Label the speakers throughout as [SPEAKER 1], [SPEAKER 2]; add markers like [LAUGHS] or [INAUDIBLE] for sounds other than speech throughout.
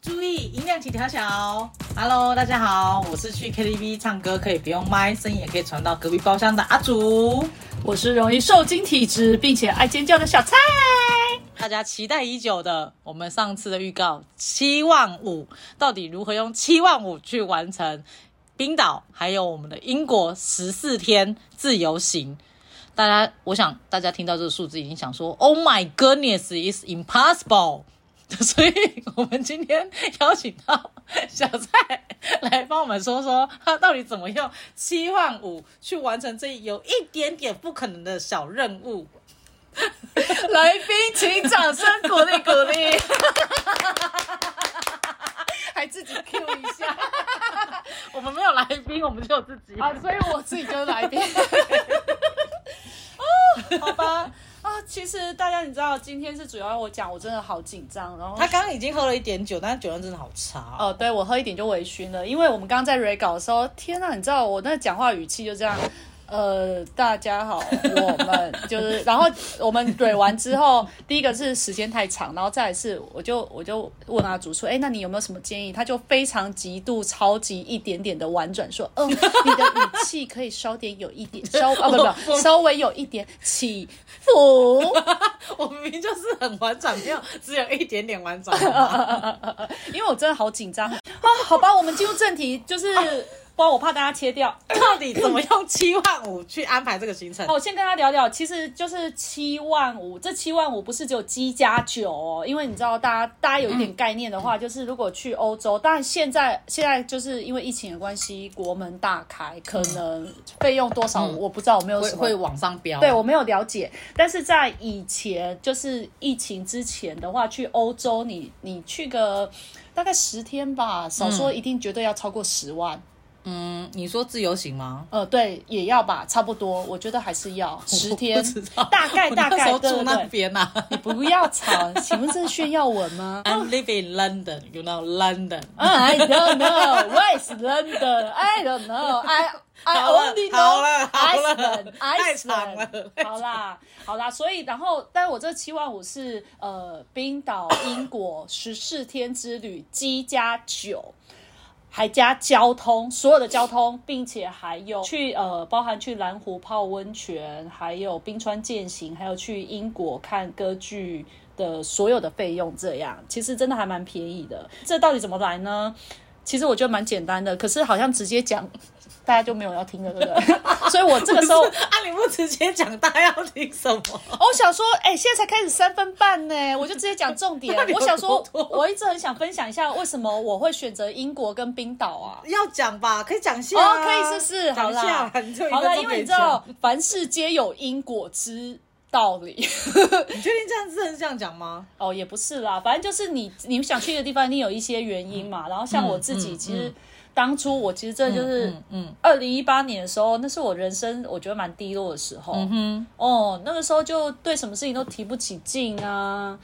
[SPEAKER 1] 注意，音量请调小。Hello，大家好，我是去 KTV 唱歌可以不用麦，声音也可以传到隔壁包厢的阿竹。
[SPEAKER 2] 我是容易受惊体质并且爱尖叫的小蔡。
[SPEAKER 1] 大家期待已久的，我们上次的预告七万五，到底如何用七万五去完成冰岛，还有我们的英国十四天自由行？大家，我想大家听到这个数字已经想说，Oh my goodness, is impossible。所 [LAUGHS] 以我们今天邀请到小蔡来帮我们说说，他到底怎么用七万五去完成这有一点点不可能的小任务。
[SPEAKER 2] [LAUGHS] 来宾，请掌声鼓励鼓励。 [LAUGHS] 还自己 Q 一下
[SPEAKER 1] 我们没有来宾，我们就有自己。
[SPEAKER 2] [LAUGHS] 啊，所以我自己就是来宾。 [LAUGHS] 哦，好吧。啊，其实大家你知道，今天是主要我讲，我真的好紧张。然后
[SPEAKER 1] 他刚刚已经喝了一点酒，但是酒量真的好差 [LAUGHS] 哦。
[SPEAKER 2] 哦，对我喝一点就微醺了，因为我们刚刚在 re 稿的时候，天呐，你知道我那讲话语气就这样，呃，大家好，我们就是，然后我们蕊完之后，第一个是时间太长，然后再来是我就我就问阿竹说，哎，那你有没有什么建议？他就非常极度超级一点点的婉转说，嗯，你的语气可以稍点有一点，稍啊不不不，稍微有一点起伏。
[SPEAKER 1] 我明明就是很婉转，没有只有一点点婉 [LAUGHS] 转。
[SPEAKER 2] 因为我真的好紧张啊！好吧，我们进入正题，就是不然我怕大家切掉。
[SPEAKER 1] 到底怎么用七万五去安排这个行程
[SPEAKER 2] 好，？我哦先跟他聊聊，其实就是七万五，这七万五不是只有鸡加酒哦，因为你知道，大家大家有一点概念的
[SPEAKER 1] 嗯
[SPEAKER 2] 话，就是如果去欧洲，当然现在现在就是因为疫情的关系，国门大开，可能费用多少我不知道，我没有
[SPEAKER 1] 会
[SPEAKER 2] 什
[SPEAKER 1] 嗯
[SPEAKER 2] 么
[SPEAKER 1] 会往上飙。
[SPEAKER 2] 对，我没有了解，但是在以前，就是疫情之前的话，去欧洲你，你去个大概十天吧，少说一定绝对要超过十万。
[SPEAKER 1] 嗯，你说自由行吗？
[SPEAKER 2] 呃，对，也要吧，差不多，我觉得还
[SPEAKER 1] [LAUGHS]
[SPEAKER 2] 是要十天
[SPEAKER 1] 我不知道，
[SPEAKER 2] 大概
[SPEAKER 1] 我
[SPEAKER 2] 大
[SPEAKER 1] 那时
[SPEAKER 2] 概
[SPEAKER 1] 候
[SPEAKER 2] 对
[SPEAKER 1] 住
[SPEAKER 2] 对
[SPEAKER 1] 那
[SPEAKER 2] 对。
[SPEAKER 1] 边呐、啊。
[SPEAKER 2] 你不要吵，请问这是炫耀文
[SPEAKER 1] [LAUGHS]
[SPEAKER 2] 吗？
[SPEAKER 1] I'm living in London, you know [LAUGHS] London.
[SPEAKER 2] I don't know. Where is London? I don't know. I I
[SPEAKER 1] [LAUGHS] 好
[SPEAKER 2] [LAUGHS]
[SPEAKER 1] 了
[SPEAKER 2] only
[SPEAKER 1] 好了
[SPEAKER 2] know
[SPEAKER 1] 好了
[SPEAKER 2] [LAUGHS] Iceland.
[SPEAKER 1] 太长了
[SPEAKER 2] Iceland. [LAUGHS] 好啦，好啦，所以然后，但我这七万五是呃冰岛、英国十四天之旅，机加酒。还加交通，所有的交通，并且还有去呃，包含去蓝湖泡温泉，还有冰川践行，还有去英国看歌剧的所有的费用，这样其实真的还蛮便宜的。这到底怎么来呢？其实我觉得蛮简单的，可是好像直接讲， [LAUGHS] 大家就没有要听了，对不对？ [LAUGHS] 所以我这个时候，
[SPEAKER 1] 不是啊，你不直接讲大家要听什么？
[SPEAKER 2] 哦我想说，哎、现在才开始三分半呢，我就直接讲重点
[SPEAKER 1] [LAUGHS] 那你。有
[SPEAKER 2] 我想说
[SPEAKER 1] 多，多
[SPEAKER 2] 我一直很想分享一下为什么我会选择英国跟冰岛
[SPEAKER 1] [LAUGHS]
[SPEAKER 2] 啊。
[SPEAKER 1] [LAUGHS] 要讲吧，可以讲一下、啊。
[SPEAKER 2] 哦，可以试试，
[SPEAKER 1] 讲
[SPEAKER 2] 好
[SPEAKER 1] 一下
[SPEAKER 2] 啦
[SPEAKER 1] 啦，你就一，
[SPEAKER 2] 好
[SPEAKER 1] 分
[SPEAKER 2] 啦，
[SPEAKER 1] 钟
[SPEAKER 2] 因
[SPEAKER 1] 可
[SPEAKER 2] 为
[SPEAKER 1] 以
[SPEAKER 2] 你知道
[SPEAKER 1] 讲，
[SPEAKER 2] 凡事皆有因果之道理。 [LAUGHS]
[SPEAKER 1] 你确定这样子是这样讲吗？
[SPEAKER 2] 哦，也不是啦，反正就是你你想去的地方一定有一些原因嘛。然后像我自己，
[SPEAKER 1] 嗯
[SPEAKER 2] 其实当初我其实真的就是
[SPEAKER 1] 嗯嗯
[SPEAKER 2] 二零一八年的时候，那是我人生我觉得蛮低落的时候。
[SPEAKER 1] 嗯
[SPEAKER 2] 哦，那个时候就对什么事情都提不起劲啊。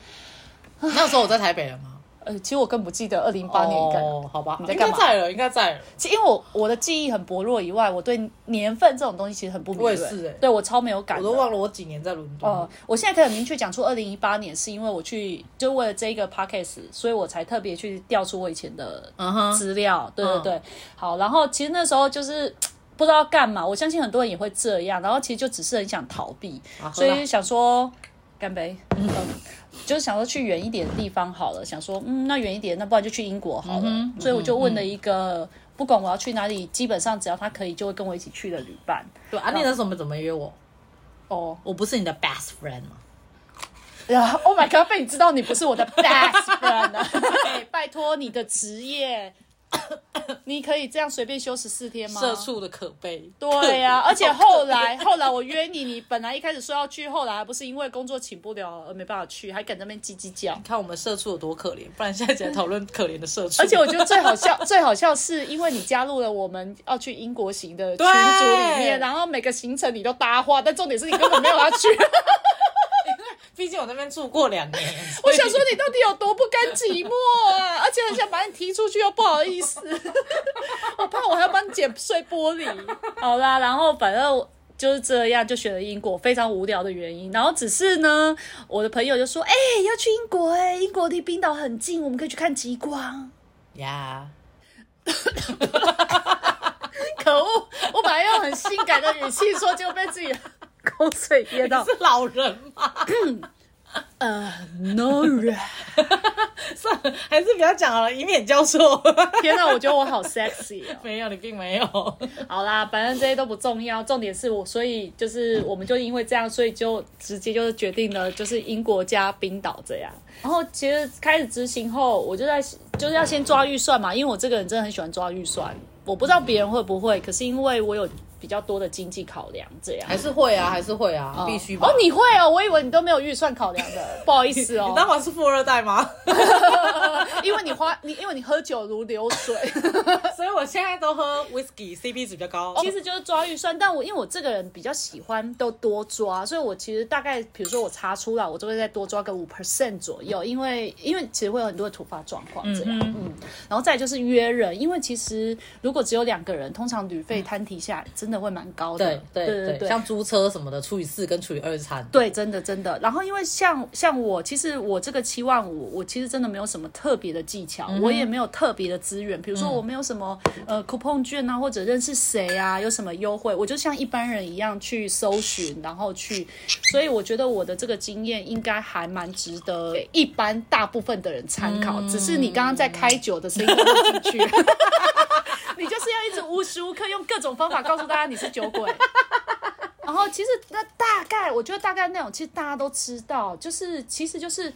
[SPEAKER 1] 哼，那时候我在台北了 [LAUGHS] 吗？
[SPEAKER 2] 呃，其实我更不记得二零一八年应该
[SPEAKER 1] 哦，好吧，
[SPEAKER 2] 你在干嘛
[SPEAKER 1] 应该在了，应该在了。
[SPEAKER 2] 其实因为我我的记忆很薄弱以外，我对年份这种东西其实很不敏
[SPEAKER 1] 我
[SPEAKER 2] 锐。
[SPEAKER 1] 也是欸
[SPEAKER 2] 对我超没有感
[SPEAKER 1] 我
[SPEAKER 2] 的。
[SPEAKER 1] 都忘了我几年在伦敦。
[SPEAKER 2] 呃，我现在可以很明确讲出，二零一八年是因为我去，就为了这一个 podcast，所以我才特别去调出我以前的
[SPEAKER 1] 嗯哼，
[SPEAKER 2] 资料。对对
[SPEAKER 1] 嗯
[SPEAKER 2] 对，好，然后其实那时候就是。不知道干嘛，我相信很多人也会这样，然后其实就只是很想逃避，
[SPEAKER 1] 啊
[SPEAKER 2] 所
[SPEAKER 1] 喝
[SPEAKER 2] 以
[SPEAKER 1] 啦
[SPEAKER 2] 想说干杯，嗯，就是想说去远一点的地方好了，想说嗯，那远一点，那不然就去英国好了。
[SPEAKER 1] 嗯哼
[SPEAKER 2] 所以我就问了一个，不管我要去哪里，基本上只要他可以，就会跟我一起去的旅伴。
[SPEAKER 1] 对啊，你那时候怎么约我？
[SPEAKER 2] 哦，
[SPEAKER 1] 我不是你的 best friend 吗？
[SPEAKER 2] 呀，Oh my God！被你知道你不是我的 best friend 啊！ [LAUGHS] 哎拜托你的职业， [COUGHS] 你可以这样随便休十四天吗？
[SPEAKER 1] 社畜的可悲。
[SPEAKER 2] 对呀、而且后来后来我约你，你本来一开始说要去，后来还不是因为工作请不了呃而没办法去，还敢在那边叽
[SPEAKER 1] [LAUGHS]
[SPEAKER 2] 叽叫。
[SPEAKER 1] 看我们社畜有多可怜，不然现在只能讨论可怜的社畜。
[SPEAKER 2] 而且我觉得最好笑， [LAUGHS] 最好笑是因为你加入了我们要去英国行的群
[SPEAKER 1] 对
[SPEAKER 2] 组里面，然后每个行程你都搭话，但重点是你根本没有要去。
[SPEAKER 1] 毕竟我那边住过两年， [LAUGHS]
[SPEAKER 2] [LAUGHS] 我想说你到底有多不甘寂寞啊！而且很想把你踢出去，又不好意 [LAUGHS] [LAUGHS] 思，我怕我还要帮你剪碎玻璃。好啦，然后反正就是这样就选了英国，非常无聊的原因。然后只是呢，我的朋友就说：“哎、要去英国哎、英国离冰岛很近，我们可以去看极光。
[SPEAKER 1] 呀，”
[SPEAKER 2] [LAUGHS] 可恶，我本来用很性感的语气说，结果被自己口水噎
[SPEAKER 1] [LAUGHS]
[SPEAKER 2] 到。
[SPEAKER 1] 是老人吗？
[SPEAKER 2] [LAUGHS] 呃，no r
[SPEAKER 1] 算了，还是不要讲好了，以免教错。 [LAUGHS]
[SPEAKER 2] 天哪，我觉得我好 sexy 哦。
[SPEAKER 1] 没有，你并没有。
[SPEAKER 2] 好啦，反正这些都不重要，重点是我，所以就是我们就因为这样，所以就直接就是决定了，就是英国加冰岛这样。然后其实开始执行后，我就在就是要先抓预算嘛，因为我这个人真的很喜欢抓预算，我不知道别人会不会，可是因为我有比较多的经济考量，这样。
[SPEAKER 1] 还是会啊，还是会啊，必须吧。
[SPEAKER 2] 哦，你会哦，我以为你都没有预算考量
[SPEAKER 1] [LAUGHS]
[SPEAKER 2] 的，不好意思哦
[SPEAKER 1] 你，当我是富二代吗？ [LAUGHS]
[SPEAKER 2] 因为你花你因为你喝酒如流
[SPEAKER 1] [LAUGHS]
[SPEAKER 2] 水。 [LAUGHS]
[SPEAKER 1] 所以我现在都喝 whisky，CP 值比较高。
[SPEAKER 2] 其实就是抓预算，但我因为我这个人比较喜欢都多抓，所以我其实大概比如说我查出来，我就会再多抓个五 percent 左右，因为因为其实会有很多的突发状况这样，嗯然后再来就是约人，因为其实如果只有两个人，通常旅费摊提下来真的会蛮高的，
[SPEAKER 1] 对对
[SPEAKER 2] 对
[SPEAKER 1] 对像租车什么的，除以四跟除以二是差。，
[SPEAKER 2] 对，真的真的。然后因为像像我，其实我这个七万五，我其实真的没有什么特别的技巧，我也没有特别的资源，比如说我没有什么、呃 coupon 券啊，或者认识谁啊，有什么优惠，我就像一般人一样去搜寻，然后去。所以我觉得我的这个经验应该还蛮值得给一般大部分的人参考。只是你刚刚在开酒的声音都进去。 [LAUGHS] 你就是要一直无时无刻用各种方法告诉大家你是酒鬼。然后其实那大概，我觉得大概那种其实大家都知道，就是其实就是，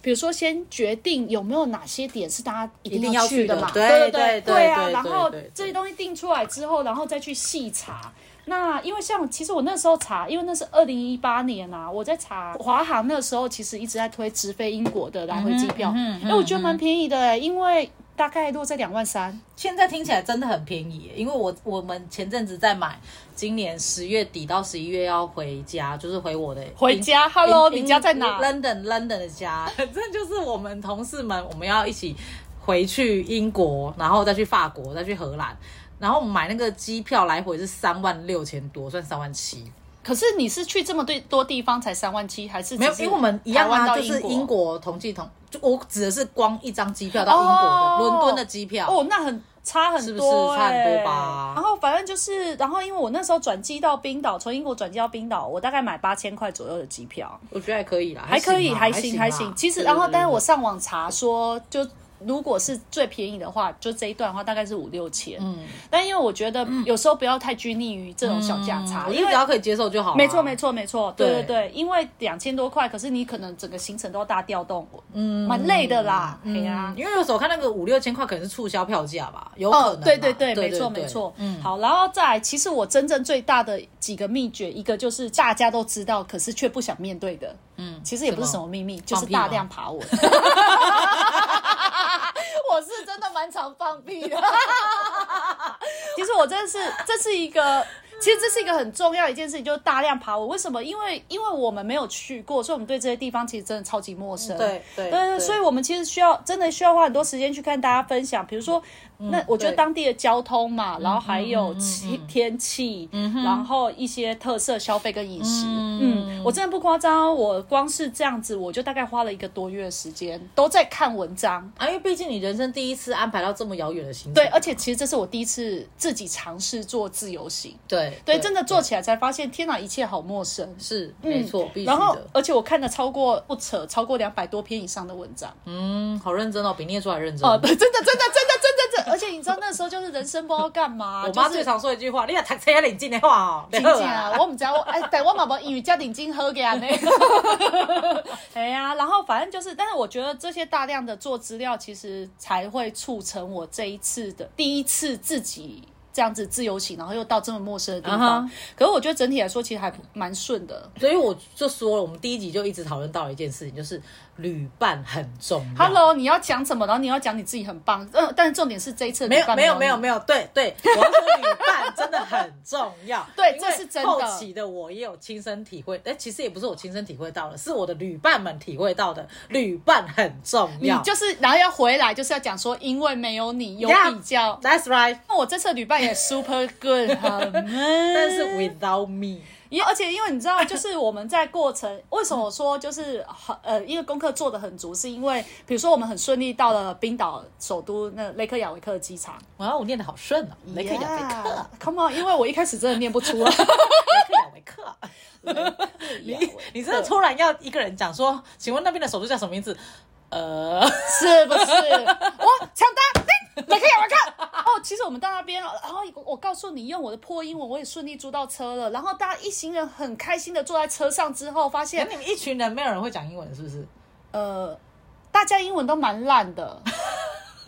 [SPEAKER 2] 比如说先决定有没有哪些点是大家一
[SPEAKER 1] 一
[SPEAKER 2] 定
[SPEAKER 1] 定要
[SPEAKER 2] 去
[SPEAKER 1] 去的
[SPEAKER 2] 嘛，
[SPEAKER 1] 对
[SPEAKER 2] 对
[SPEAKER 1] 对
[SPEAKER 2] 对
[SPEAKER 1] 对
[SPEAKER 2] 啊。
[SPEAKER 1] 对
[SPEAKER 2] 然
[SPEAKER 1] 对
[SPEAKER 2] 后
[SPEAKER 1] 对对
[SPEAKER 2] 这些东西定出来之后，然后再去细查。那因为像其实我那时候查，因为那是二零一八年啊，我在查华航那时候其实一直在推直飞英国的来回机
[SPEAKER 1] 嗯
[SPEAKER 2] 票，哎、我觉得蛮便宜的、因为大概落在两万三。
[SPEAKER 1] 现在听起来真的很便宜耶，因为我我们前阵子在买，今年十月底到十一月要回家，就是回我的
[SPEAKER 2] 回
[SPEAKER 1] 英
[SPEAKER 2] 家，Hello，
[SPEAKER 1] 英
[SPEAKER 2] 你家在哪？
[SPEAKER 1] ？London London 的家， [LAUGHS] 反正就是我们同事们，我们要一起回去英国，然后再去法国，再去荷兰。然后我们买那个机票来回是三万六千多，算三万七，
[SPEAKER 2] 可是你是去这么多多地方才三万七，还是只
[SPEAKER 1] 没有，
[SPEAKER 2] 是
[SPEAKER 1] 因为我们一样
[SPEAKER 2] 台湾
[SPEAKER 1] 啊，
[SPEAKER 2] 到
[SPEAKER 1] 就是
[SPEAKER 2] 国
[SPEAKER 1] 英国同济同，就我指的是光一张机票到英国的、
[SPEAKER 2] 哦
[SPEAKER 1] 伦敦的机票，
[SPEAKER 2] 哦，那很差很
[SPEAKER 1] 是不是
[SPEAKER 2] 多、欸，
[SPEAKER 1] 差很多吧
[SPEAKER 2] 然后反正就是，然后因为我那时候转机到冰岛，从英国转机到冰岛，我大概买八千块左右的机票，
[SPEAKER 1] 我觉得还可以啦，
[SPEAKER 2] 还可以，
[SPEAKER 1] 还
[SPEAKER 2] 还
[SPEAKER 1] 行啊嗯
[SPEAKER 2] 行，
[SPEAKER 1] 啦，
[SPEAKER 2] 还
[SPEAKER 1] 行
[SPEAKER 2] 行
[SPEAKER 1] 啦。
[SPEAKER 2] 其实，啊
[SPEAKER 1] 对
[SPEAKER 2] 然后
[SPEAKER 1] 对
[SPEAKER 2] 但是
[SPEAKER 1] 对
[SPEAKER 2] 我上网查说，就如果是最便宜的话，就这一段的话大概是五六千。嗯，但因为我觉得
[SPEAKER 1] 嗯
[SPEAKER 2] 有时候不要太拘泥于这种小价差，
[SPEAKER 1] 我觉
[SPEAKER 2] 因
[SPEAKER 1] 得
[SPEAKER 2] 为
[SPEAKER 1] 只要可以接受就好啦。啊
[SPEAKER 2] 没错，没错，没错，对对
[SPEAKER 1] 对
[SPEAKER 2] 对，因为两千多块，可是你可能整个行程都要大调动，嗯，蛮累的啦，哎呀
[SPEAKER 1] 嗯，。因为有时候看那个五六千块可能是促销票价吧，有可能
[SPEAKER 2] 哦
[SPEAKER 1] 啦。，
[SPEAKER 2] 对对对，
[SPEAKER 1] 对，
[SPEAKER 2] 没错
[SPEAKER 1] 对
[SPEAKER 2] 没错，嗯，好，然后再来，其实我真正最大的几个秘诀，一个就是大家都知道，可是却不想面对的，嗯，其实也不是
[SPEAKER 1] 什
[SPEAKER 2] 什
[SPEAKER 1] 么
[SPEAKER 2] 么秘密，就是
[SPEAKER 1] 放屁吗
[SPEAKER 2] 大量爬文。我是真的蛮常放屁的， [LAUGHS] 其实我真的是，这是一个，其实这是一个很重要的一件事情，就是大量爬文。为什么？因为因为我们没有去过，所以我们对这些地方其实真的超级陌生。
[SPEAKER 1] 嗯对对
[SPEAKER 2] 对对，所以我们其实需要真的需要花很多时间去看大家分享，比如说，那我觉得
[SPEAKER 1] 嗯对嗯
[SPEAKER 2] 当地的交通嘛，然后还有气天气，然后一些特色消费跟饮食，嗯，我真的不夸张哦，我光是这样子，我就大概花了一个多月的时间都在看文章。
[SPEAKER 1] [LAUGHS] 啊，因为毕竟你人生第一次安排到这么遥远的行程，
[SPEAKER 2] 对，而且其实这是我第一次自己尝试做自由行，
[SPEAKER 1] 对
[SPEAKER 2] 对，真的做起来才发现，天哪，一切好陌生。嗯
[SPEAKER 1] 是没错，必须
[SPEAKER 2] 然后
[SPEAKER 1] 的，。
[SPEAKER 2] 而且我看了超过不扯超过两百多篇以上的文章，
[SPEAKER 1] 嗯，好认真哦，比念书还认真。
[SPEAKER 2] 哦， [LAUGHS] 不，真的，真的，真的，真的，真的，而且你知道那时候就是人生不知道干嘛，
[SPEAKER 1] 我妈
[SPEAKER 2] 就
[SPEAKER 1] 最
[SPEAKER 2] 是
[SPEAKER 1] 常说一句话：“你要读车要领进的话
[SPEAKER 2] [LAUGHS]
[SPEAKER 1] 哦。”
[SPEAKER 2] 真正啊，
[SPEAKER 1] [LAUGHS]
[SPEAKER 2] 我们知道我哎，但我嘛无英语加顶金喝给安尼。 [LAUGHS] 哎呀，然后反正就是，但是我觉得这些大量的做资料，其实才会促成我这一次的第一次自己。这样子自由行，然后又到这么陌生的地方
[SPEAKER 1] 嗯哼
[SPEAKER 2] 可是我觉得整体来说其实还蛮顺的。
[SPEAKER 1] 所以我就说了，我们第一集就一直讨论到了一件事情，就是旅伴很重要。
[SPEAKER 2] Hello，你要讲什么？然后你要讲你自己很棒，呃，但是重点是这一次的
[SPEAKER 1] 没
[SPEAKER 2] 旅
[SPEAKER 1] 有
[SPEAKER 2] 伴
[SPEAKER 1] 没有
[SPEAKER 2] 你。
[SPEAKER 1] 没有没有，对对，我要说旅伴真的很重要
[SPEAKER 2] 对
[SPEAKER 1] 因为
[SPEAKER 2] 这是真的
[SPEAKER 1] 后期的我也有亲身体会，哎，其实也不是我亲身体会到的，是我的旅伴们体会到的。旅伴很重
[SPEAKER 2] 你
[SPEAKER 1] 要。
[SPEAKER 2] 就是然后要回来就是要讲说，因为没有你有
[SPEAKER 1] Yeah
[SPEAKER 2] 比较。
[SPEAKER 1] That's right，
[SPEAKER 2] 那我这次的旅伴也 super
[SPEAKER 1] [LAUGHS]
[SPEAKER 2] good，很
[SPEAKER 1] 但是 without me，
[SPEAKER 2] 因为而且因为你知道，就是我们在过程，为什么我说就是很呃，因为功课做的很足，是因为比如说我们很顺利到了冰岛首都那雷克雅维克的机场，
[SPEAKER 1] 哇，我念的好顺哦，雷克雅维克，
[SPEAKER 2] ，Come on，因为我一开始真的念
[SPEAKER 1] [LAUGHS]
[SPEAKER 2] 不出来，啊
[SPEAKER 1] 雷克雅维克。 [LAUGHS] 你你真的突然要一个人讲说，请问那边的首都叫什么名字？ [LAUGHS] 呃，
[SPEAKER 2] 是 [LAUGHS] 不是？我抢答，你雷克雅维克。哦，其实我们到那边了，然后我告诉你，用我的破英文，我也顺利租到车了。然后大家一行人很开心的坐在车上之后，
[SPEAKER 1] [LAUGHS]
[SPEAKER 2] 发现
[SPEAKER 1] 你们一群人没有人会讲英文，是不是？
[SPEAKER 2] 呃，大家英文都蛮烂的。 [LAUGHS]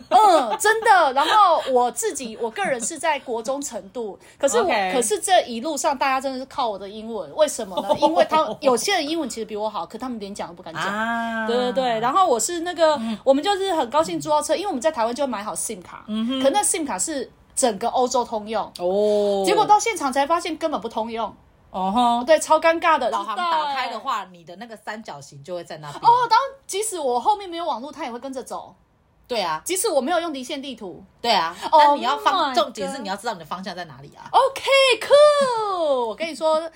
[SPEAKER 2] 嗯，真的。然后我自己，我个人是在国中程度，可是我
[SPEAKER 1] OK
[SPEAKER 2] 可是这一路上大家真的是靠我的英文，为什么呢？因为他们有些人英文其实比我好，可他们连讲都不敢讲。
[SPEAKER 1] 啊，
[SPEAKER 2] 对对对，然后我是那个，我们就是很高兴租到车，因为我们在台湾就买好 SIM 卡，可那 SIM 卡是整个欧洲通用，
[SPEAKER 1] 哦，
[SPEAKER 2] 结果到现场才发现根本不通用，
[SPEAKER 1] 哦吼，
[SPEAKER 2] 对，超尴尬的。
[SPEAKER 1] 导航
[SPEAKER 2] 知道
[SPEAKER 1] 打开的 [LAUGHS]
[SPEAKER 2] 欸，
[SPEAKER 1] 话，你的那个三角形就会在那边。
[SPEAKER 2] 哦，当即使我后面没有网络，它也会跟着走，
[SPEAKER 1] 对啊，
[SPEAKER 2] 即使我没有用离线地图。
[SPEAKER 1] 对啊，
[SPEAKER 2] Oh
[SPEAKER 1] 但你要方，
[SPEAKER 2] my
[SPEAKER 1] 重点是
[SPEAKER 2] God
[SPEAKER 1] 你要知道你的方向在哪里 [LAUGHS] 啊。
[SPEAKER 2] OK，cool，我跟你说。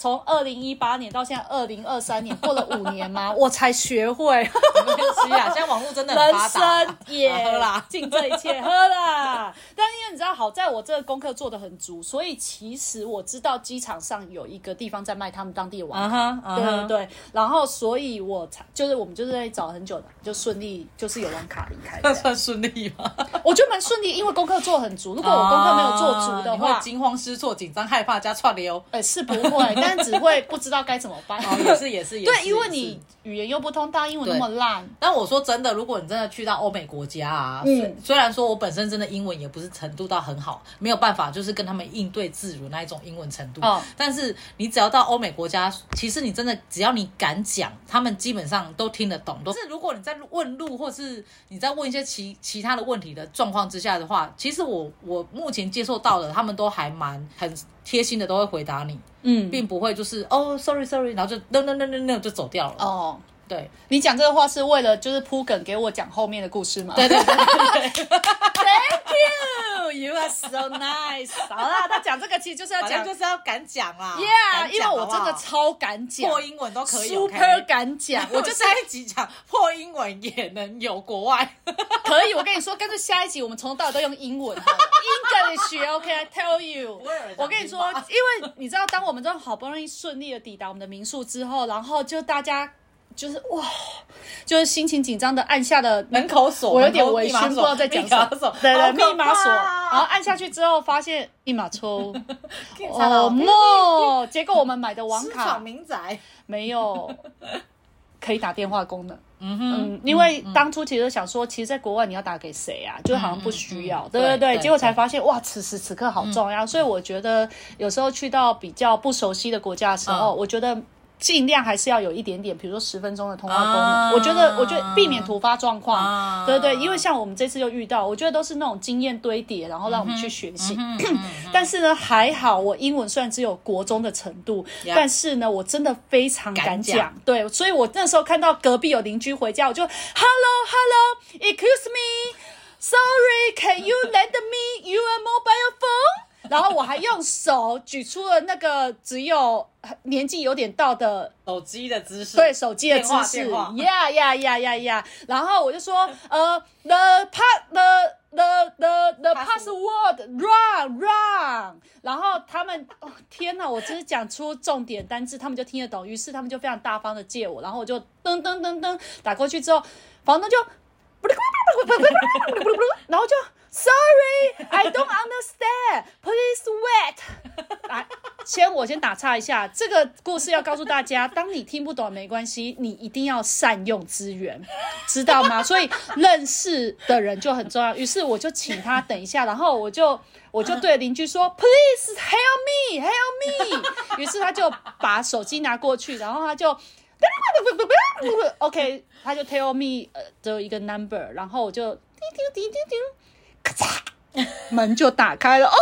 [SPEAKER 2] 从二零一八年到现在二零二三年，过了五年嘛，我才学会。
[SPEAKER 1] 没关系啊，现在网络真的很
[SPEAKER 2] 人
[SPEAKER 1] 发达。 [LAUGHS]
[SPEAKER 2] 生也
[SPEAKER 1] 啊喝啦
[SPEAKER 2] 敬这一切喝啦。但因为你知道，好在我这个功课做的很足，所以其实我知道机场上有一个地方在卖他们当地的网
[SPEAKER 1] 啊
[SPEAKER 2] 咖。
[SPEAKER 1] 哈，啊
[SPEAKER 2] 对对
[SPEAKER 1] 哈，
[SPEAKER 2] 对，然后所以我才就是我们就是在找很久的，就顺利就是有网卡离开
[SPEAKER 1] [LAUGHS]
[SPEAKER 2] 这
[SPEAKER 1] 那 [LAUGHS]
[SPEAKER 2] 样，
[SPEAKER 1] 算顺利吗？
[SPEAKER 2] 我觉得蛮顺利，因为功课做很足。如果我功课没有做足的
[SPEAKER 1] 啊你
[SPEAKER 2] 话
[SPEAKER 1] 会，惊慌失措、紧张害怕加串
[SPEAKER 2] [LAUGHS]
[SPEAKER 1] 流。
[SPEAKER 2] 呃、是不会，但只会不知道该怎么办。
[SPEAKER 1] 哦，也是也是也是。
[SPEAKER 2] 对，因为
[SPEAKER 1] 也是
[SPEAKER 2] 你语言又不通，大家英文那么烂，
[SPEAKER 1] 但我说真的，如果你真的去到欧美国家啊，
[SPEAKER 2] 嗯
[SPEAKER 1] 虽虽然说我本身真的英文也不是程度到很好，没有办法就是跟他们应对自如那一种英文程度，
[SPEAKER 2] 哦
[SPEAKER 1] 但是你只要到欧美国家，其实你真的只要你敢讲，他们基本上都听得懂。都是如果你在问路或是你在问一些其其他的问题的状况之下的话，其实我我目前接受到的，他们都还蛮很贴心的，都会回答你，
[SPEAKER 2] 嗯，
[SPEAKER 1] 并不会就是哦 sorry sorry，然后就 no no no no no 就走掉了。哦，
[SPEAKER 2] 哦。
[SPEAKER 1] 对
[SPEAKER 2] 你讲这个话是为了就是铺梗给我讲后面的故事吗？
[SPEAKER 1] 对对对。
[SPEAKER 2] Thank you, you are so nice。好啦，他讲这个其实就是要
[SPEAKER 1] 反
[SPEAKER 2] 讲
[SPEAKER 1] 正就是要敢讲啦。
[SPEAKER 2] ，Yeah，
[SPEAKER 1] 敢
[SPEAKER 2] 因为
[SPEAKER 1] 讲
[SPEAKER 2] 我真
[SPEAKER 1] 好
[SPEAKER 2] 的超敢
[SPEAKER 1] 不
[SPEAKER 2] 讲
[SPEAKER 1] 好破英文都可以，OK。
[SPEAKER 2] ，super 敢讲，我
[SPEAKER 1] 我
[SPEAKER 2] 就
[SPEAKER 1] 就是下一集讲破英文也能有国外，
[SPEAKER 2] 可以。我跟你说，干脆下一集我们从头到尾都用英文好了，English，OK，I、tell [LAUGHS] you
[SPEAKER 1] 不会有人。想
[SPEAKER 2] 我跟你说
[SPEAKER 1] 听吧，
[SPEAKER 2] 因为你知道，当我们这样好不容易顺利的抵达我们的民宿之后，然后就大家就是哇，就是心情紧张的按下了
[SPEAKER 1] 门口锁，
[SPEAKER 2] 我有点
[SPEAKER 1] 门口
[SPEAKER 2] 微
[SPEAKER 1] 密
[SPEAKER 2] 醺，
[SPEAKER 1] 码
[SPEAKER 2] 不知
[SPEAKER 1] 锁
[SPEAKER 2] 道在讲什么
[SPEAKER 1] 密码锁。
[SPEAKER 2] 对
[SPEAKER 1] 好
[SPEAKER 2] 对，
[SPEAKER 1] 可
[SPEAKER 2] 密码锁，啊
[SPEAKER 1] 怕啊
[SPEAKER 2] 然后按下去之后发现一
[SPEAKER 1] [LAUGHS]
[SPEAKER 2] 码抽，哦
[SPEAKER 1] 哦，
[SPEAKER 2] no！结果我们买的网
[SPEAKER 1] 私
[SPEAKER 2] 卡
[SPEAKER 1] 闯民宅，
[SPEAKER 2] 没有可以打电话功能。
[SPEAKER 1] [LAUGHS] 嗯哼，
[SPEAKER 2] 嗯，因为当初其实想说，其实，在国外你要打给谁啊？就好像不需要，
[SPEAKER 1] 嗯
[SPEAKER 2] 对对
[SPEAKER 1] 对
[SPEAKER 2] 对。
[SPEAKER 1] 对嗯
[SPEAKER 2] 结果才发现，哇，此时此刻好重要。所以我觉得，有时候去到比较不熟悉的国家的时
[SPEAKER 1] 嗯
[SPEAKER 2] 候，我觉得。尽量还是要有一点点，比如说十分钟的通话功能，
[SPEAKER 1] 啊
[SPEAKER 2] 我觉得，我觉得避免突发状况，
[SPEAKER 1] 啊
[SPEAKER 2] 对对，因为像我们这次就遇到，我觉得都是那种经验堆叠，然后让我们
[SPEAKER 1] 嗯
[SPEAKER 2] 去学习。 [CLEARS THROAT] 但是呢，还好我英文虽然只有国中的程度
[SPEAKER 1] Yeah
[SPEAKER 2] 但是呢，我真的非常敢
[SPEAKER 1] 敢
[SPEAKER 2] 讲。
[SPEAKER 1] 讲
[SPEAKER 2] 对，所以我那时候看到隔壁有邻居回家，我就 Hello Hello Excuse me Sorry Can
[SPEAKER 1] [LAUGHS]
[SPEAKER 2] you lend me your mobile phone？然后我还用手举出了那个只有年纪有点到的
[SPEAKER 1] 手机的姿势，
[SPEAKER 2] 对手机的姿势
[SPEAKER 1] 电话电话
[SPEAKER 2] ，yeah yeah yeah yeah yeah。然后我
[SPEAKER 1] [LAUGHS]
[SPEAKER 2] 就说，呃，the pass the the the the password run run。然后他们，哦天哪，我只是讲出重点单字，他们就听得懂，于是他们就非常大方的借我，然后我就噔噔噔噔打过去之后，房东就。 [LAUGHS] 然后就 Sorry, I don't understand. Please wait. 来，先我先打岔一下，这个故事要告诉大家，当你听不懂没关系，你一定要善用资源，知道吗？所以认识的人就很重要。于是我就请他等一下，然后我就我就对邻居说，Please help me, help me。于是他就把手机拿过去，然后他就。 [LAUGHS] OK，他就 tell me 呃，只有一个 number，然后我就叮叮叮叮叮， [LAUGHS] 咔嚓，门就打开了。 [LAUGHS] 哦，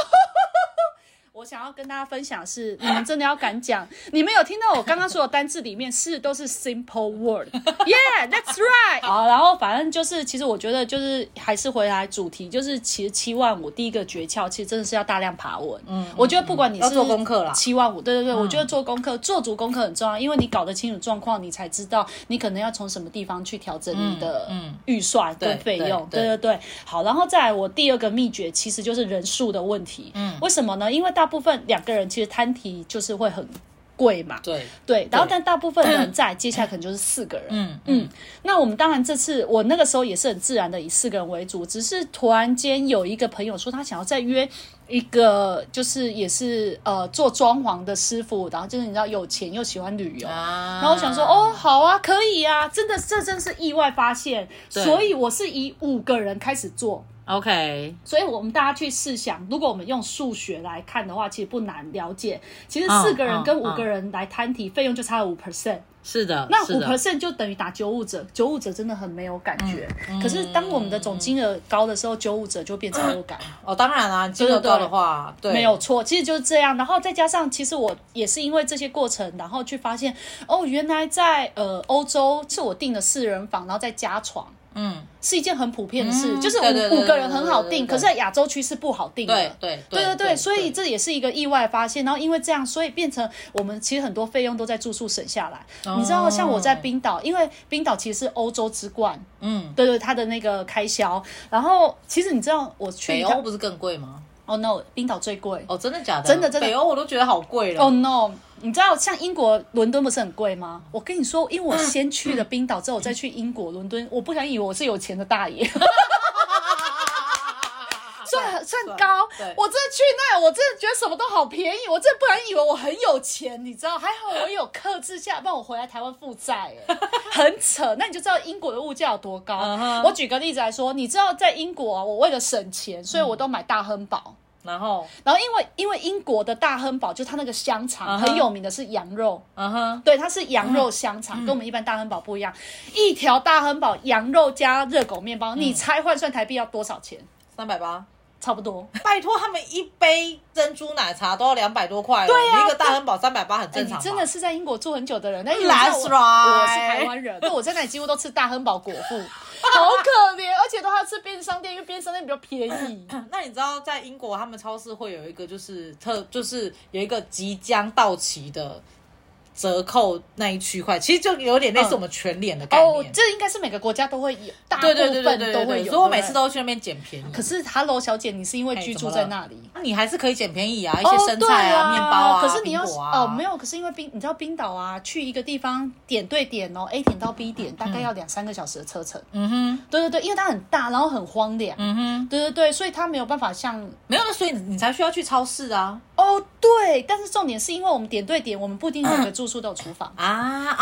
[SPEAKER 2] 我想要跟大家分享的是，你们真的要敢讲，你们有听到我刚刚说的单字里面是都是 simple [LAUGHS] word，yeah，that's right。好，然后反正就是，其实我觉得就是还是回来主题，就是其实七万五第一个诀窍，其实真的是要大量爬文。嗯，我觉得不管你是
[SPEAKER 1] 要做功课啦
[SPEAKER 2] 七万五，对对对，我
[SPEAKER 1] 嗯
[SPEAKER 2] 觉得做功课、做足功课很重要，因为你搞得清楚状况，你才知道你可能要从什么地方去调整你的预算跟费用。
[SPEAKER 1] 嗯对
[SPEAKER 2] 对
[SPEAKER 1] 对
[SPEAKER 2] 对对，好，然后再来我第二个秘诀其实就是人数的问题。嗯，为什么呢？因为大部分两个人其实摊提就是会很贵嘛。
[SPEAKER 1] 对，
[SPEAKER 2] 对，然后
[SPEAKER 1] 对
[SPEAKER 2] 但大部分人在，接下来可能就是四个人。
[SPEAKER 1] 嗯
[SPEAKER 2] 嗯，那我们当然这次我那个时候也是很自然的以四个人为主，只是突然间有一个朋友说他想要再约一个，就是也是呃做装潢的师傅，然后就是你知道有钱又喜欢旅游，
[SPEAKER 1] 啊
[SPEAKER 2] 然后我想说，哦，好啊，可以啊，真的这真是意外发现，
[SPEAKER 1] 对
[SPEAKER 2] 所以我是以五个人开始做。
[SPEAKER 1] ，OK，
[SPEAKER 2] 所以我们大家去试想，如果我们用数学来看的话，其实不难了解。其实
[SPEAKER 1] 嗯
[SPEAKER 2] 四个人跟
[SPEAKER 1] 嗯
[SPEAKER 2] 五个人来摊体，费用就差了五 percent。
[SPEAKER 1] 是的，
[SPEAKER 2] 那
[SPEAKER 1] 是
[SPEAKER 2] 五
[SPEAKER 1] 的，
[SPEAKER 2] percent 就等于打九五折，九五折真的很没有感觉。
[SPEAKER 1] 嗯
[SPEAKER 2] 可是当我们的总金额高的时候，九五折就变成有感。
[SPEAKER 1] 哦，当然啦，金额高的话，对，
[SPEAKER 2] 没有错，其实就是这样。然后再加上，其实我也是因为这些过程，然后去发现，哦，原来在呃欧洲是我订了四人房，然后再加床，
[SPEAKER 1] 嗯，
[SPEAKER 2] 是一件很普遍的事，
[SPEAKER 1] 嗯
[SPEAKER 2] 就是
[SPEAKER 1] 对对对
[SPEAKER 2] 五五个人很好
[SPEAKER 1] 对对
[SPEAKER 2] 订，
[SPEAKER 1] 对
[SPEAKER 2] 可是在亚洲区是不好订的。
[SPEAKER 1] 对对
[SPEAKER 2] 对对对，所以这也是一个意外发现。然后因为这样，所以变成我们其实很多费用都在住宿省下来。
[SPEAKER 1] 哦
[SPEAKER 2] 你知道，像我在冰岛，因为冰岛其实是欧洲之冠，
[SPEAKER 1] 嗯，
[SPEAKER 2] 对对，它的那个开销。然后其实你知道，我去
[SPEAKER 1] 北
[SPEAKER 2] 一
[SPEAKER 1] 欧
[SPEAKER 2] 趟，
[SPEAKER 1] 不是更贵吗？
[SPEAKER 2] 哦 no，冰岛最贵。
[SPEAKER 1] 哦，真的假的？
[SPEAKER 2] 真的真的
[SPEAKER 1] 北欧我都觉得好贵了。
[SPEAKER 2] 哦
[SPEAKER 1] [LAUGHS]
[SPEAKER 2] no，你知道像英国伦敦不是很贵吗？我跟你说，因为我先去了冰岛之后，我再去英国伦敦，我不想以为我是有钱的大爷。算算高
[SPEAKER 1] 对，
[SPEAKER 2] 我真的去那，我真的觉得什么都好便宜，我真的不然以为我很有钱，你知道？还好我有克制下，不然我回来台湾负债，
[SPEAKER 1] [LAUGHS]
[SPEAKER 2] 哎，很扯。那你就知道英国的物价有多高。
[SPEAKER 1] 嗯哼
[SPEAKER 2] 我举个例子来说，你知道在英国啊，我为了省钱，所以我都买大亨堡。
[SPEAKER 1] 然后，
[SPEAKER 2] 然后因为因为英国的大亨堡就它那个香肠
[SPEAKER 1] 嗯哼
[SPEAKER 2] 很有名的是羊肉，
[SPEAKER 1] 嗯哼，嗯
[SPEAKER 2] 对，它是羊肉香肠，跟我们一般大亨堡不一样。一条大亨堡羊肉加热狗
[SPEAKER 1] 嗯
[SPEAKER 2] 面包，你猜换算台币要多少钱？
[SPEAKER 1] 三百八。
[SPEAKER 2] 差不多。
[SPEAKER 1] 拜托，他们一杯珍珠奶茶都要两百多块了，哦
[SPEAKER 2] 对啊
[SPEAKER 1] 你一个大汉堡三百八很
[SPEAKER 2] 哎，
[SPEAKER 1] 正
[SPEAKER 2] 你
[SPEAKER 1] 常吧。
[SPEAKER 2] 真的是在英国住很久的
[SPEAKER 1] [LAUGHS]
[SPEAKER 2] 人，那你
[SPEAKER 1] That's
[SPEAKER 2] 知道我
[SPEAKER 1] right
[SPEAKER 2] 我是台湾人，那我在那里几乎都吃大亨堡果腹，好可怜，而且都还要吃便利商店，因为便利商店比较
[SPEAKER 1] [LAUGHS]
[SPEAKER 2] 便宜。
[SPEAKER 1] 那你知道在英国他们超市会有一个就是特就是有一个即将到期的折扣那一区块，其实就有点类似我们全脸的概念。
[SPEAKER 2] 哦，这应该是每个国家都会有，大部
[SPEAKER 1] 对对对
[SPEAKER 2] 分
[SPEAKER 1] 对对
[SPEAKER 2] 都
[SPEAKER 1] 对
[SPEAKER 2] 会
[SPEAKER 1] 对，
[SPEAKER 2] 有。
[SPEAKER 1] 所以我每
[SPEAKER 2] 对
[SPEAKER 1] 次
[SPEAKER 2] 不对。
[SPEAKER 1] 都去那哎边捡便宜。
[SPEAKER 2] 可是，Hello 小姐，你是因为居住在那里，
[SPEAKER 1] 那你还是可以捡便宜啊，一
[SPEAKER 2] 哦，
[SPEAKER 1] 些
[SPEAKER 2] 对
[SPEAKER 1] 生菜啊、面包啊、
[SPEAKER 2] 可是你要
[SPEAKER 1] 苹
[SPEAKER 2] 是
[SPEAKER 1] 果啊，
[SPEAKER 2] 哦，没有，可是因为冰，你知道冰岛啊，去一个地方点对点哦，A 点到 B 点大概要两三个小时的车程。
[SPEAKER 1] 嗯哼，
[SPEAKER 2] 对对对，因为它很大，然后很荒凉。
[SPEAKER 1] 嗯哼，
[SPEAKER 2] 对对对，所以它没有办法像
[SPEAKER 1] 没有，那所以你才需要去超市啊
[SPEAKER 2] 哦，对，但是重点是因为我们点对点，我们不一定每个住宿都有厨房。
[SPEAKER 1] 啊啊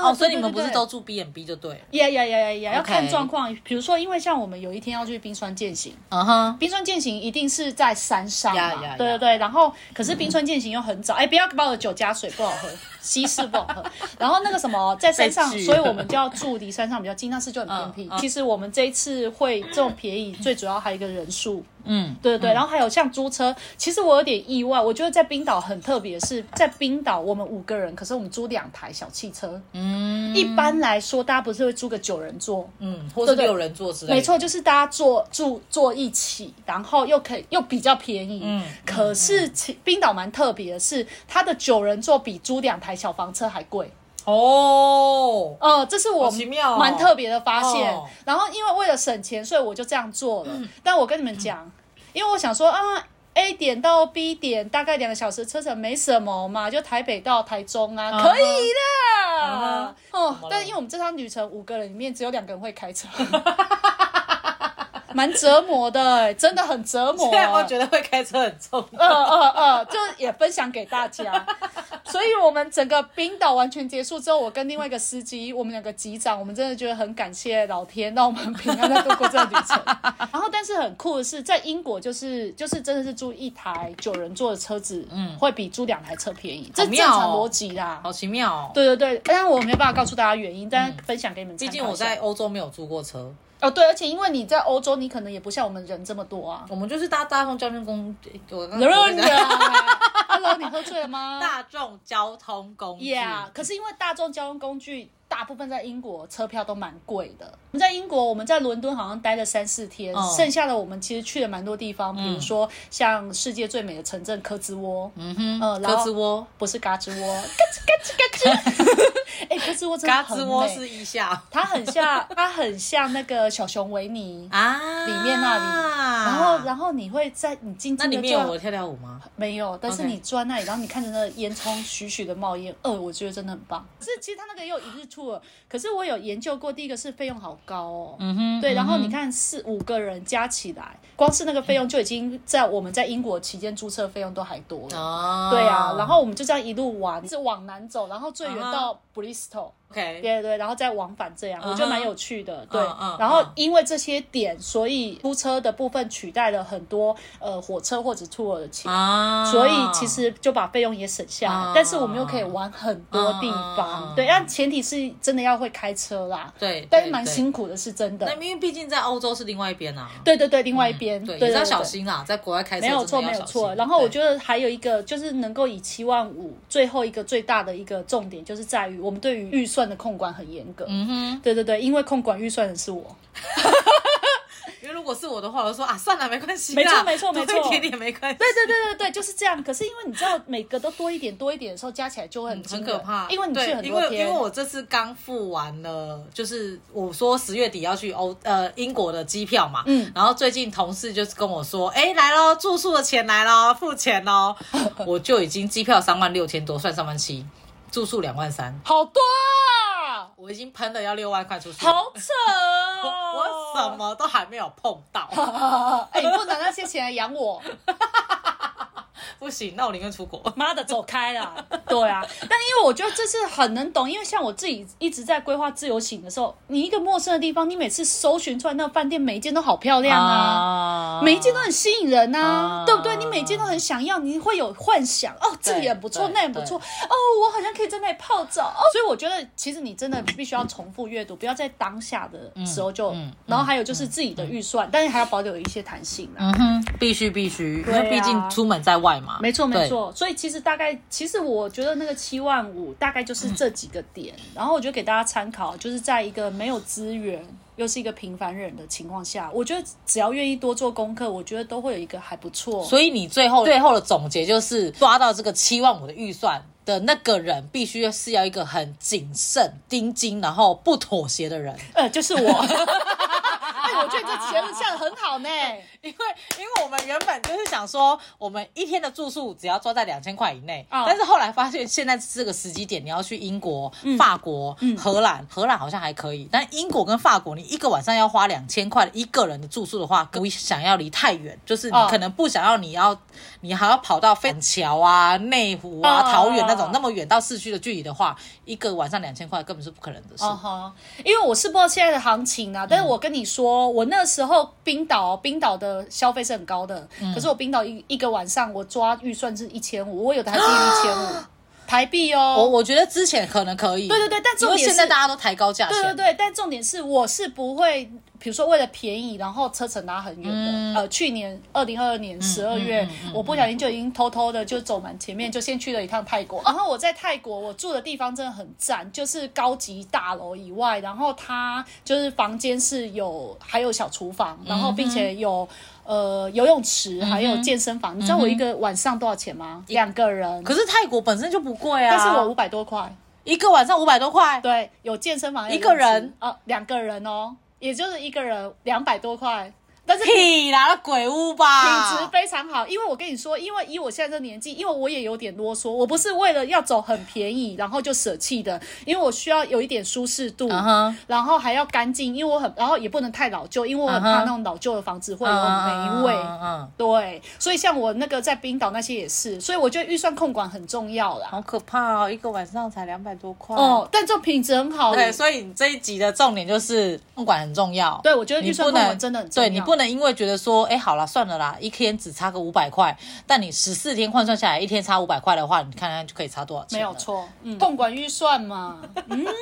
[SPEAKER 2] 哦
[SPEAKER 1] 哦，所以
[SPEAKER 2] 对对
[SPEAKER 1] 你们不是
[SPEAKER 2] 对
[SPEAKER 1] 都住 B and B 就对了，
[SPEAKER 2] 呀呀呀呀呀！要
[SPEAKER 1] OK
[SPEAKER 2] 看状况，比如说，因为像我们有一天要去冰川践行，
[SPEAKER 1] 嗯哼，
[SPEAKER 2] 冰川践行一定是在山上嘛
[SPEAKER 1] 呀呀呀
[SPEAKER 2] 对对对。然后，可是冰川践行又很早，哎、不要把我的酒加水，不好喝，稀释不好
[SPEAKER 1] [LAUGHS]
[SPEAKER 2] 喝。然后那个什么，在山上，
[SPEAKER 1] 被拒
[SPEAKER 2] 所以我们就要住离山上比较近，那是就很偏僻。
[SPEAKER 1] 嗯嗯
[SPEAKER 2] 其实我们这一次会这种便宜，最主要还有一个人数，
[SPEAKER 1] 嗯，
[SPEAKER 2] 对对对，然后还有像租车，其实我有点意外，我觉得在冰岛很特别，是在冰岛我们五个人，可是我们租两台小汽车。嗯，一般来说，大家不是会租个九人座？
[SPEAKER 1] 嗯，或是
[SPEAKER 2] 对对
[SPEAKER 1] 六人座之类的，
[SPEAKER 2] 没错，就是大家坐住坐一起，然后又可以又比较便宜。
[SPEAKER 1] 嗯嗯
[SPEAKER 2] 可是其冰岛蛮特别的是，它的九人座比租两台小房车还贵。
[SPEAKER 1] 哦，
[SPEAKER 2] 呃，这是我
[SPEAKER 1] 好奇妙哦
[SPEAKER 2] 蛮特别的发现。
[SPEAKER 1] 哦嗯
[SPEAKER 2] 然后因为为了省钱，所以我就这样做了。但我跟你们讲，因为我想说啊。A 点到 B 点大概两个小时车程没什么嘛，就台北到台中啊
[SPEAKER 1] 嗯哼
[SPEAKER 2] 可以的。
[SPEAKER 1] 嗯
[SPEAKER 2] 哦
[SPEAKER 1] 么了
[SPEAKER 2] 但因为我们这趟旅程五个人里面只有两个人会
[SPEAKER 1] [LAUGHS]
[SPEAKER 2] 开车，蛮折磨的、欸真的
[SPEAKER 1] [LAUGHS]
[SPEAKER 2] 很折磨。
[SPEAKER 1] 虽
[SPEAKER 2] 啊
[SPEAKER 1] 然我觉得会开车很重要， [LAUGHS]
[SPEAKER 2] 呃呃呃，就也分享给大家。所以我们整个冰岛完全结束之后，我跟另外一个司机，我们两个机长，我们真的觉得很感谢老天，让我们平安的度过这个旅
[SPEAKER 1] [LAUGHS]
[SPEAKER 2] 程。然后，但是很酷的是，在英国就是就是真的是租一台九人座的车子，嗯，会比租两台车便宜，这
[SPEAKER 1] 好
[SPEAKER 2] 正
[SPEAKER 1] 妙哦
[SPEAKER 2] 常逻辑啦。
[SPEAKER 1] 好奇妙哦。
[SPEAKER 2] 对对对，但是我没办法告诉大家原因，但是分享给你们参
[SPEAKER 1] 嗯毕
[SPEAKER 2] 考一下。
[SPEAKER 1] 竟我在欧洲没有租过车，
[SPEAKER 2] 哦，对，而且因为你在欧洲，你可能也不像我们人这么多啊。
[SPEAKER 1] 我们就是搭大众交通工
[SPEAKER 2] [LAUGHS]
[SPEAKER 1] 具， [LAUGHS] 我刚
[SPEAKER 2] 有
[SPEAKER 1] 刚
[SPEAKER 2] 人
[SPEAKER 1] 讲
[SPEAKER 2] ，Hello，你喝醉了
[SPEAKER 1] [LAUGHS]
[SPEAKER 2] 吗？
[SPEAKER 1] 大众交通工具。
[SPEAKER 2] Yeah，可是因为大众交通工具大部分在英国车票都蛮贵的。我们在英国，我们在伦敦好像待了三四天，
[SPEAKER 1] 嗯
[SPEAKER 2] 剩下的我们其实去了蛮多地方，比如说像世界最美的城镇科兹窝，
[SPEAKER 1] 嗯哼，
[SPEAKER 2] 呃然
[SPEAKER 1] 鸽
[SPEAKER 2] 后
[SPEAKER 1] 子窝，
[SPEAKER 2] 不是嘎吱窝， [LAUGHS] 嘎
[SPEAKER 1] [LAUGHS]
[SPEAKER 2] 吱嘎吱嘎吱。哎、科兹窝真的
[SPEAKER 1] 嘎
[SPEAKER 2] 很
[SPEAKER 1] 吱
[SPEAKER 2] 美，
[SPEAKER 1] 窝是一下
[SPEAKER 2] 它很像它很像那个小熊维尼，
[SPEAKER 1] 啊，
[SPEAKER 2] 里面那
[SPEAKER 1] 里
[SPEAKER 2] 然后然后你会在你静
[SPEAKER 1] 啊那
[SPEAKER 2] 静
[SPEAKER 1] 里
[SPEAKER 2] 的
[SPEAKER 1] 面有我的跳跳舞吗？
[SPEAKER 2] 没有，但是
[SPEAKER 1] OK
[SPEAKER 2] 你坐在那里，然后你看着那个烟囱徐徐的冒烟，呃，我觉得真的很棒。可是其实它那个也有一日 tour，可是我有研究过，第一个是费用好高哦，嗯哼，对，然后你看四五个人加起来，光是那个费用就已经在我们在英国期间注册费用都还多了。
[SPEAKER 1] 哦，
[SPEAKER 2] 对啊，然后我们就这样一路玩，是往南走，然后最远
[SPEAKER 1] 啊哈
[SPEAKER 2] 到 Bristol，、
[SPEAKER 1] OK，
[SPEAKER 2] 对对对，然后再往返这样，
[SPEAKER 1] 嗯哼
[SPEAKER 2] 我觉得蛮有趣的。对
[SPEAKER 1] 嗯嗯，
[SPEAKER 2] 然后
[SPEAKER 1] 嗯
[SPEAKER 2] 因为这些点，所以租车的部分取代了很多呃火车或者 tour 的钱。
[SPEAKER 1] 啊，
[SPEAKER 2] 所以其实就把费用也省下来，
[SPEAKER 1] 啊
[SPEAKER 2] 但是我们又可以玩很多地方，
[SPEAKER 1] 啊
[SPEAKER 2] 对，但前提是真的要会开车啦，
[SPEAKER 1] 对，
[SPEAKER 2] 但是蛮
[SPEAKER 1] 对。
[SPEAKER 2] 辛苦的，是真
[SPEAKER 1] 那
[SPEAKER 2] 的。
[SPEAKER 1] 因为毕竟在欧洲是另外一边啊，
[SPEAKER 2] 对对对，另外一边，
[SPEAKER 1] 对，
[SPEAKER 2] 对
[SPEAKER 1] 也
[SPEAKER 2] 对
[SPEAKER 1] 是要小
[SPEAKER 2] 对，
[SPEAKER 1] 心啦，在国外开车
[SPEAKER 2] 没有错，
[SPEAKER 1] 真的
[SPEAKER 2] 没
[SPEAKER 1] 要
[SPEAKER 2] 有
[SPEAKER 1] 小心
[SPEAKER 2] 错。然后我
[SPEAKER 1] 对
[SPEAKER 2] 觉得还有一个就是能够以七万五，最后一个最大的一个重点就是在于我们对于预算的控管很严格。
[SPEAKER 1] 嗯哼，
[SPEAKER 2] 对对对，因为控管预算的是我，
[SPEAKER 1] 因为如果是我的话，我就说啊，算了，没关系啦，
[SPEAKER 2] 没错没错没错
[SPEAKER 1] 多一点点没关系。
[SPEAKER 2] 对对对对对，就是这样。可是因为你知道每个都多一点多一点的时候，加起来就会
[SPEAKER 1] 嗯
[SPEAKER 2] 很
[SPEAKER 1] 很
[SPEAKER 2] 惊人
[SPEAKER 1] 可怕，
[SPEAKER 2] 因为你
[SPEAKER 1] 对
[SPEAKER 2] 去很
[SPEAKER 1] 因
[SPEAKER 2] 多
[SPEAKER 1] 为因
[SPEAKER 2] 天，
[SPEAKER 1] 为我这次刚付完了，就是我说十月底要去欧呃英国的机票嘛，
[SPEAKER 2] 嗯
[SPEAKER 1] 然后最近同事就是跟我说，哎、来咯，住宿的钱来咯，付钱
[SPEAKER 2] [LAUGHS]
[SPEAKER 1] 咯，我就已经机票三万六千多，算三万七，住宿两万三，
[SPEAKER 2] 好多啊！
[SPEAKER 1] 我已经喷了要六万块出去，
[SPEAKER 2] 好扯
[SPEAKER 1] 我
[SPEAKER 2] 哦！
[SPEAKER 1] 我什？么都还没有碰到，
[SPEAKER 2] 哎、你不拿那些钱来养我，
[SPEAKER 1] 不行，那我宁愿出国。
[SPEAKER 2] [LAUGHS] 妈的，走开啦！对啊，但因为我觉得这是很能懂，因为像我自己一直在规划自由行的时候，你一个陌生的地方，你每次搜寻出来那个饭店，每一间都好漂亮啊。
[SPEAKER 1] 啊
[SPEAKER 2] 每一间都很吸引人呐、
[SPEAKER 1] 啊
[SPEAKER 2] 对不对？你每一间都很想要，你会有幻想哦，这里很不错，
[SPEAKER 1] 对
[SPEAKER 2] 那也不错，哦，我好像可以在那里泡澡哦。所以我觉得，其实你真的必须要重复阅读，不要在当下的时候就。
[SPEAKER 1] 嗯嗯
[SPEAKER 2] 然后还有就是自己的预算，但是还要保留一些弹性啦。
[SPEAKER 1] 嗯哼，必须必须，因
[SPEAKER 2] 对啊
[SPEAKER 1] 为毕竟出门在外嘛。
[SPEAKER 2] 没错
[SPEAKER 1] 啊对
[SPEAKER 2] 没。错，所以其实大概，其实我觉得那个七万五大概就是这几个点，
[SPEAKER 1] 嗯
[SPEAKER 2] 然后我就给大家参考，就是在一个没有资源又是一个平凡人的情况下，我觉得只要愿意多做功课，我觉得都会有一个还不错。
[SPEAKER 1] 所以你最后最后的总结就是，抓到这个七万五的预算的那个人，必须是要一个很谨慎、盯紧，然后不妥协的人。
[SPEAKER 2] 呃，就是
[SPEAKER 1] [LAUGHS]
[SPEAKER 2] 我。 [LAUGHS] 哎，我觉得这结论下的很好呢。
[SPEAKER 1] 因为因为我们原本就是想说，我们一天的住宿只要抓在两千块以内，
[SPEAKER 2] 哦
[SPEAKER 1] 但是后来发现现在这个时机点，你要去英国、
[SPEAKER 2] 嗯
[SPEAKER 1] 法国、荷兰，荷兰好像还可以，但英国跟法国，你一个晚上要花两千块一个人的住宿的话，不想要离太远，就是你
[SPEAKER 2] 哦
[SPEAKER 1] 可能不想要你要你还要跑到飞桥啊、内湖啊、
[SPEAKER 2] 哦
[SPEAKER 1] 桃园那种那么远到市区的距离的话，一个晚上两千块根本是不可能的事。
[SPEAKER 2] 哦哈，因为我是不知道现在的行情啊，
[SPEAKER 1] 嗯
[SPEAKER 2] 但是我跟你说，我那时候冰岛，冰岛的消费是很高的，
[SPEAKER 1] 嗯
[SPEAKER 2] 可是我冰岛一一个晚上我抓预算是一千五，我有的还低于一
[SPEAKER 1] [GASPS]
[SPEAKER 2] 千五台币
[SPEAKER 1] 我
[SPEAKER 2] 哦。
[SPEAKER 1] 我觉得之前可能可以，
[SPEAKER 2] 对对对但重
[SPEAKER 1] 因为
[SPEAKER 2] 点是
[SPEAKER 1] 现在大家都抬高价钱
[SPEAKER 2] 对
[SPEAKER 1] 了，
[SPEAKER 2] 对对，但重点是我是不会，比如说为了便宜，然后车程拉很远的。呃，去年二零二二年十二月，我不小心就已经偷偷的就走满前面，就先去了一趟泰国。然后我在泰国，我住的地方真的很赞，就是高级大楼以外，然后它就是房间是有还有小厨房，然后并且有。呃，游泳池还有健身房，你知道我一个晚上多少钱吗？两个人，
[SPEAKER 1] 可是泰国本身就不贵啊，
[SPEAKER 2] 但是我五百多块。
[SPEAKER 1] 一个晚上五百多块，
[SPEAKER 2] 对，有健身房
[SPEAKER 1] 一个人
[SPEAKER 2] 哦啊，呃两个人哦，也就是一个人两百多块。但是品
[SPEAKER 1] 屁啦，那鬼屋吧，
[SPEAKER 2] 质非常好。因为我跟你说，因为以我现在这年纪，因为我也有点啰嗦，我不是为了要走很便宜然后就舍弃的，因为我需要有一点舒适度
[SPEAKER 1] 嗯哼
[SPEAKER 2] 然后还要干净，因为我很，然后也不能太老旧，因为我很
[SPEAKER 1] 嗯
[SPEAKER 2] 怕
[SPEAKER 1] 哼
[SPEAKER 2] 那种老旧的房子会
[SPEAKER 1] 嗯
[SPEAKER 2] 有
[SPEAKER 1] 嗯
[SPEAKER 2] 霉
[SPEAKER 1] 嗯
[SPEAKER 2] 味。
[SPEAKER 1] 嗯嗯，
[SPEAKER 2] 对，所以像我那个在冰岛那些也是，所以我觉得预算控管很重要啦。
[SPEAKER 1] 好可怕哦，一个晚上才两百多块
[SPEAKER 2] 哦，，但这品质很好。
[SPEAKER 1] 对，所以你这一集的重点就是控管很重要。
[SPEAKER 2] 对我觉得
[SPEAKER 1] 你
[SPEAKER 2] 预算
[SPEAKER 1] 不
[SPEAKER 2] 控
[SPEAKER 1] 能
[SPEAKER 2] 管真的很重要。
[SPEAKER 1] 对你不能因为觉得说，哎，好了，算了啦，一天只差个五百块，但你十四天换算下来，一天差五百块的话，你看看就可以差多少钱。
[SPEAKER 2] 没有，
[SPEAKER 1] [LAUGHS]
[SPEAKER 2] 错，嗯，控管预算嘛，嗯， [LAUGHS]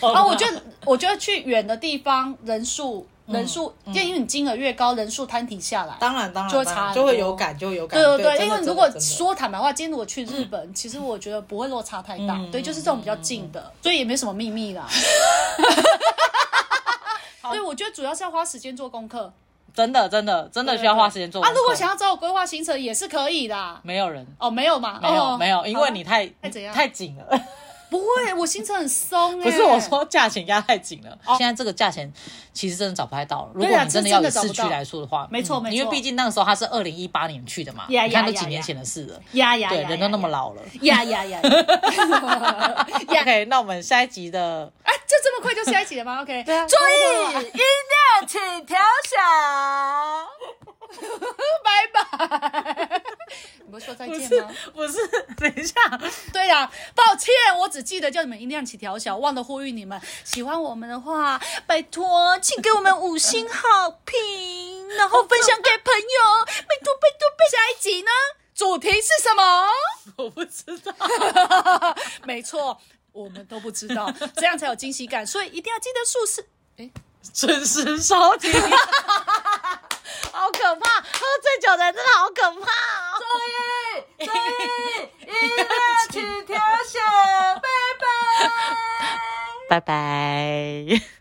[SPEAKER 2] 啊，我觉得我觉得去远的地方人数人数，因为你金额越高，人数摊提下来。
[SPEAKER 1] 当然当然
[SPEAKER 2] 就会差
[SPEAKER 1] 当然
[SPEAKER 2] 很
[SPEAKER 1] 就会
[SPEAKER 2] 多
[SPEAKER 1] 有感，就会有感。
[SPEAKER 2] 对对对，
[SPEAKER 1] 真
[SPEAKER 2] 因
[SPEAKER 1] 的
[SPEAKER 2] 为
[SPEAKER 1] 真的
[SPEAKER 2] 如果
[SPEAKER 1] 真的
[SPEAKER 2] 说坦白话，今天如果去日本，其实我觉得不会落差太大。对，就是这种比较近的，所以也没什么秘密 [LAUGHS] 啦。对，我觉得主要是要花时间做功课，
[SPEAKER 1] 真的真的真的需要花时间做
[SPEAKER 2] 啊。如果
[SPEAKER 1] 功课
[SPEAKER 2] 想要找我规划行程，也是可以啦。
[SPEAKER 1] 没有人
[SPEAKER 2] 哦，没有嘛？
[SPEAKER 1] 没有
[SPEAKER 2] 哦
[SPEAKER 1] 没有，因为
[SPEAKER 2] 好吧
[SPEAKER 1] 你太
[SPEAKER 2] 太怎样
[SPEAKER 1] 太紧了。
[SPEAKER 2] 不会，我行程很
[SPEAKER 1] [LAUGHS]
[SPEAKER 2] 松。
[SPEAKER 1] 不是
[SPEAKER 2] 欸
[SPEAKER 1] 我说价钱压太紧了，现在这个价钱其实真的找不太到了。如
[SPEAKER 2] 哦对
[SPEAKER 1] 果
[SPEAKER 2] 啊
[SPEAKER 1] 你真的要以
[SPEAKER 2] 这真的
[SPEAKER 1] 市
[SPEAKER 2] 找不
[SPEAKER 1] 区
[SPEAKER 2] 到
[SPEAKER 1] 来说的话，
[SPEAKER 2] 没错
[SPEAKER 1] 嗯
[SPEAKER 2] 没错
[SPEAKER 1] 因为毕竟那个时候他是二零一八年去的嘛，
[SPEAKER 2] 呀
[SPEAKER 1] 你看
[SPEAKER 2] 呀
[SPEAKER 1] 都
[SPEAKER 2] 呀
[SPEAKER 1] 几年
[SPEAKER 2] 呀
[SPEAKER 1] 前的事了，
[SPEAKER 2] 呀呀，
[SPEAKER 1] 对，
[SPEAKER 2] 呀
[SPEAKER 1] 人都那么。
[SPEAKER 2] 呀
[SPEAKER 1] 老了。
[SPEAKER 2] 呀
[SPEAKER 1] [LAUGHS]
[SPEAKER 2] 呀呀！呀，
[SPEAKER 1] OK，那我们下一集的
[SPEAKER 2] 哎，就这么快就下一集 [LAUGHS] 了吗？OK，
[SPEAKER 1] 对啊
[SPEAKER 2] 注意，
[SPEAKER 1] 音量请调小。
[SPEAKER 2] 拜拜。你 [LAUGHS] 不是说再
[SPEAKER 1] 不
[SPEAKER 2] 见
[SPEAKER 1] 是
[SPEAKER 2] [LAUGHS] 吗？
[SPEAKER 1] 不是，等一下，
[SPEAKER 2] 对呀、抱歉，我只记得叫你们音量起调小，忘了呼吁你们。喜欢我们的话，拜托，请给我们五星好评，然后分享给朋友，拜托拜托拜托。下一集呢，主题是什么？
[SPEAKER 1] 我不知道。
[SPEAKER 2] 没错，我们都不知道，这样才有惊喜感，所以一定要记得数是。哎。
[SPEAKER 1] 准时收
[SPEAKER 2] [LAUGHS]
[SPEAKER 1] 听。好可怕！喝醉酒的人真的好可怕、哦。注意，注意，一定 [LAUGHS] 要起条线，拜拜，拜拜。